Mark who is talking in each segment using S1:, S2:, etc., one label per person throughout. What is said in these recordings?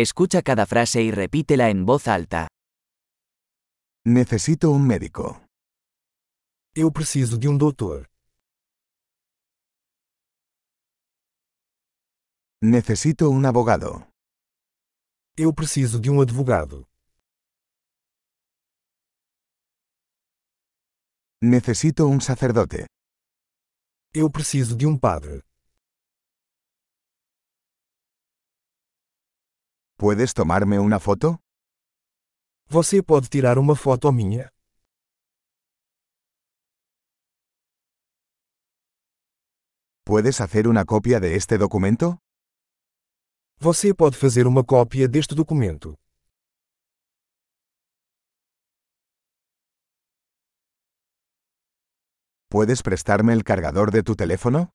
S1: Escucha cada frase y repítela en voz alta.
S2: Necesito un médico.
S3: Eu preciso de um doutor.
S2: Necesito un abogado.
S3: Eu preciso de um advogado.
S2: Necesito un sacerdote.
S3: Eu preciso de um padre.
S2: ¿Puedes tomarme una foto?
S3: Você pode tirar uma foto minha?
S2: ¿Puedes hacer una copia de este documento?
S3: Você pode fazer uma cópia deste documento.
S2: ¿Puedes prestarme el cargador de tu teléfono?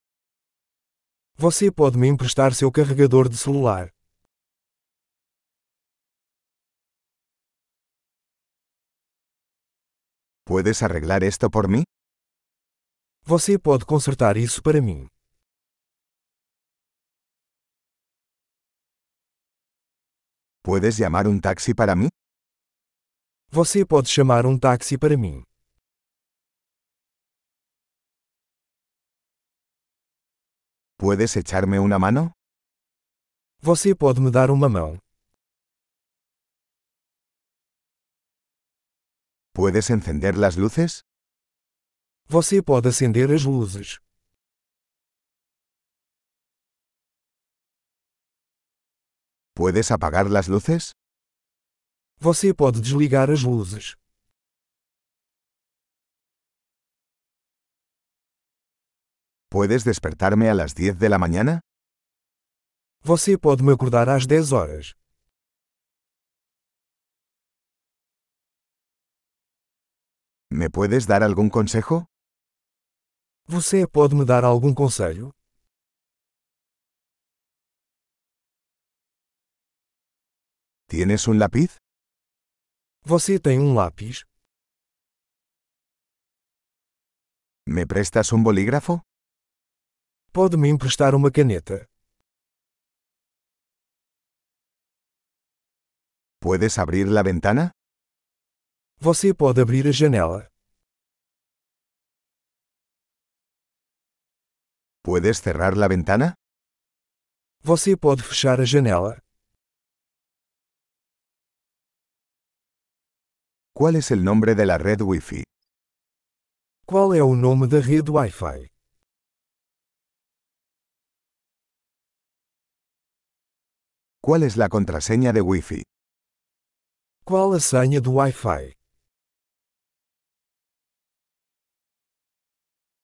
S3: Você pode me emprestar seu carregador de celular.
S2: ¿Puedes arreglar esto por mí?
S3: Você pode consertar isso para mim.
S2: ¿Puedes llamar un taxi para mí?
S3: Você pode chamar um táxi para mim.
S2: ¿Puedes echarme una mano?
S3: Você pode me dar uma mão.
S2: ¿Puedes encender las luces?
S3: Você pode acender as luzes.
S2: ¿Puedes apagar las luces?
S3: Você pode desligar as luzes.
S2: ¿Puedes despertarme a las 10 de la mañana?
S3: Você pode me acordar às 10 horas.
S2: ¿Me puedes dar algún consejo?
S3: Você pode me dar algum conselho?
S2: ¿Tienes un lápiz?
S3: Você tem um lápis?
S2: ¿Me prestas un bolígrafo?
S3: Pode me emprestar uma caneta?
S2: ¿Puedes abrir la ventana?
S3: Você pode abrir a janela?
S2: ¿Puedes cerrar la ventana?
S3: Você pode fechar a janela?
S2: ¿Cuál es el nombre de la red Wi-Fi?
S3: Qual é o nome da rede Wi-Fi?
S2: ¿Cuál es la contraseña de Wi-Fi?
S3: Qual a senha do Wi-Fi?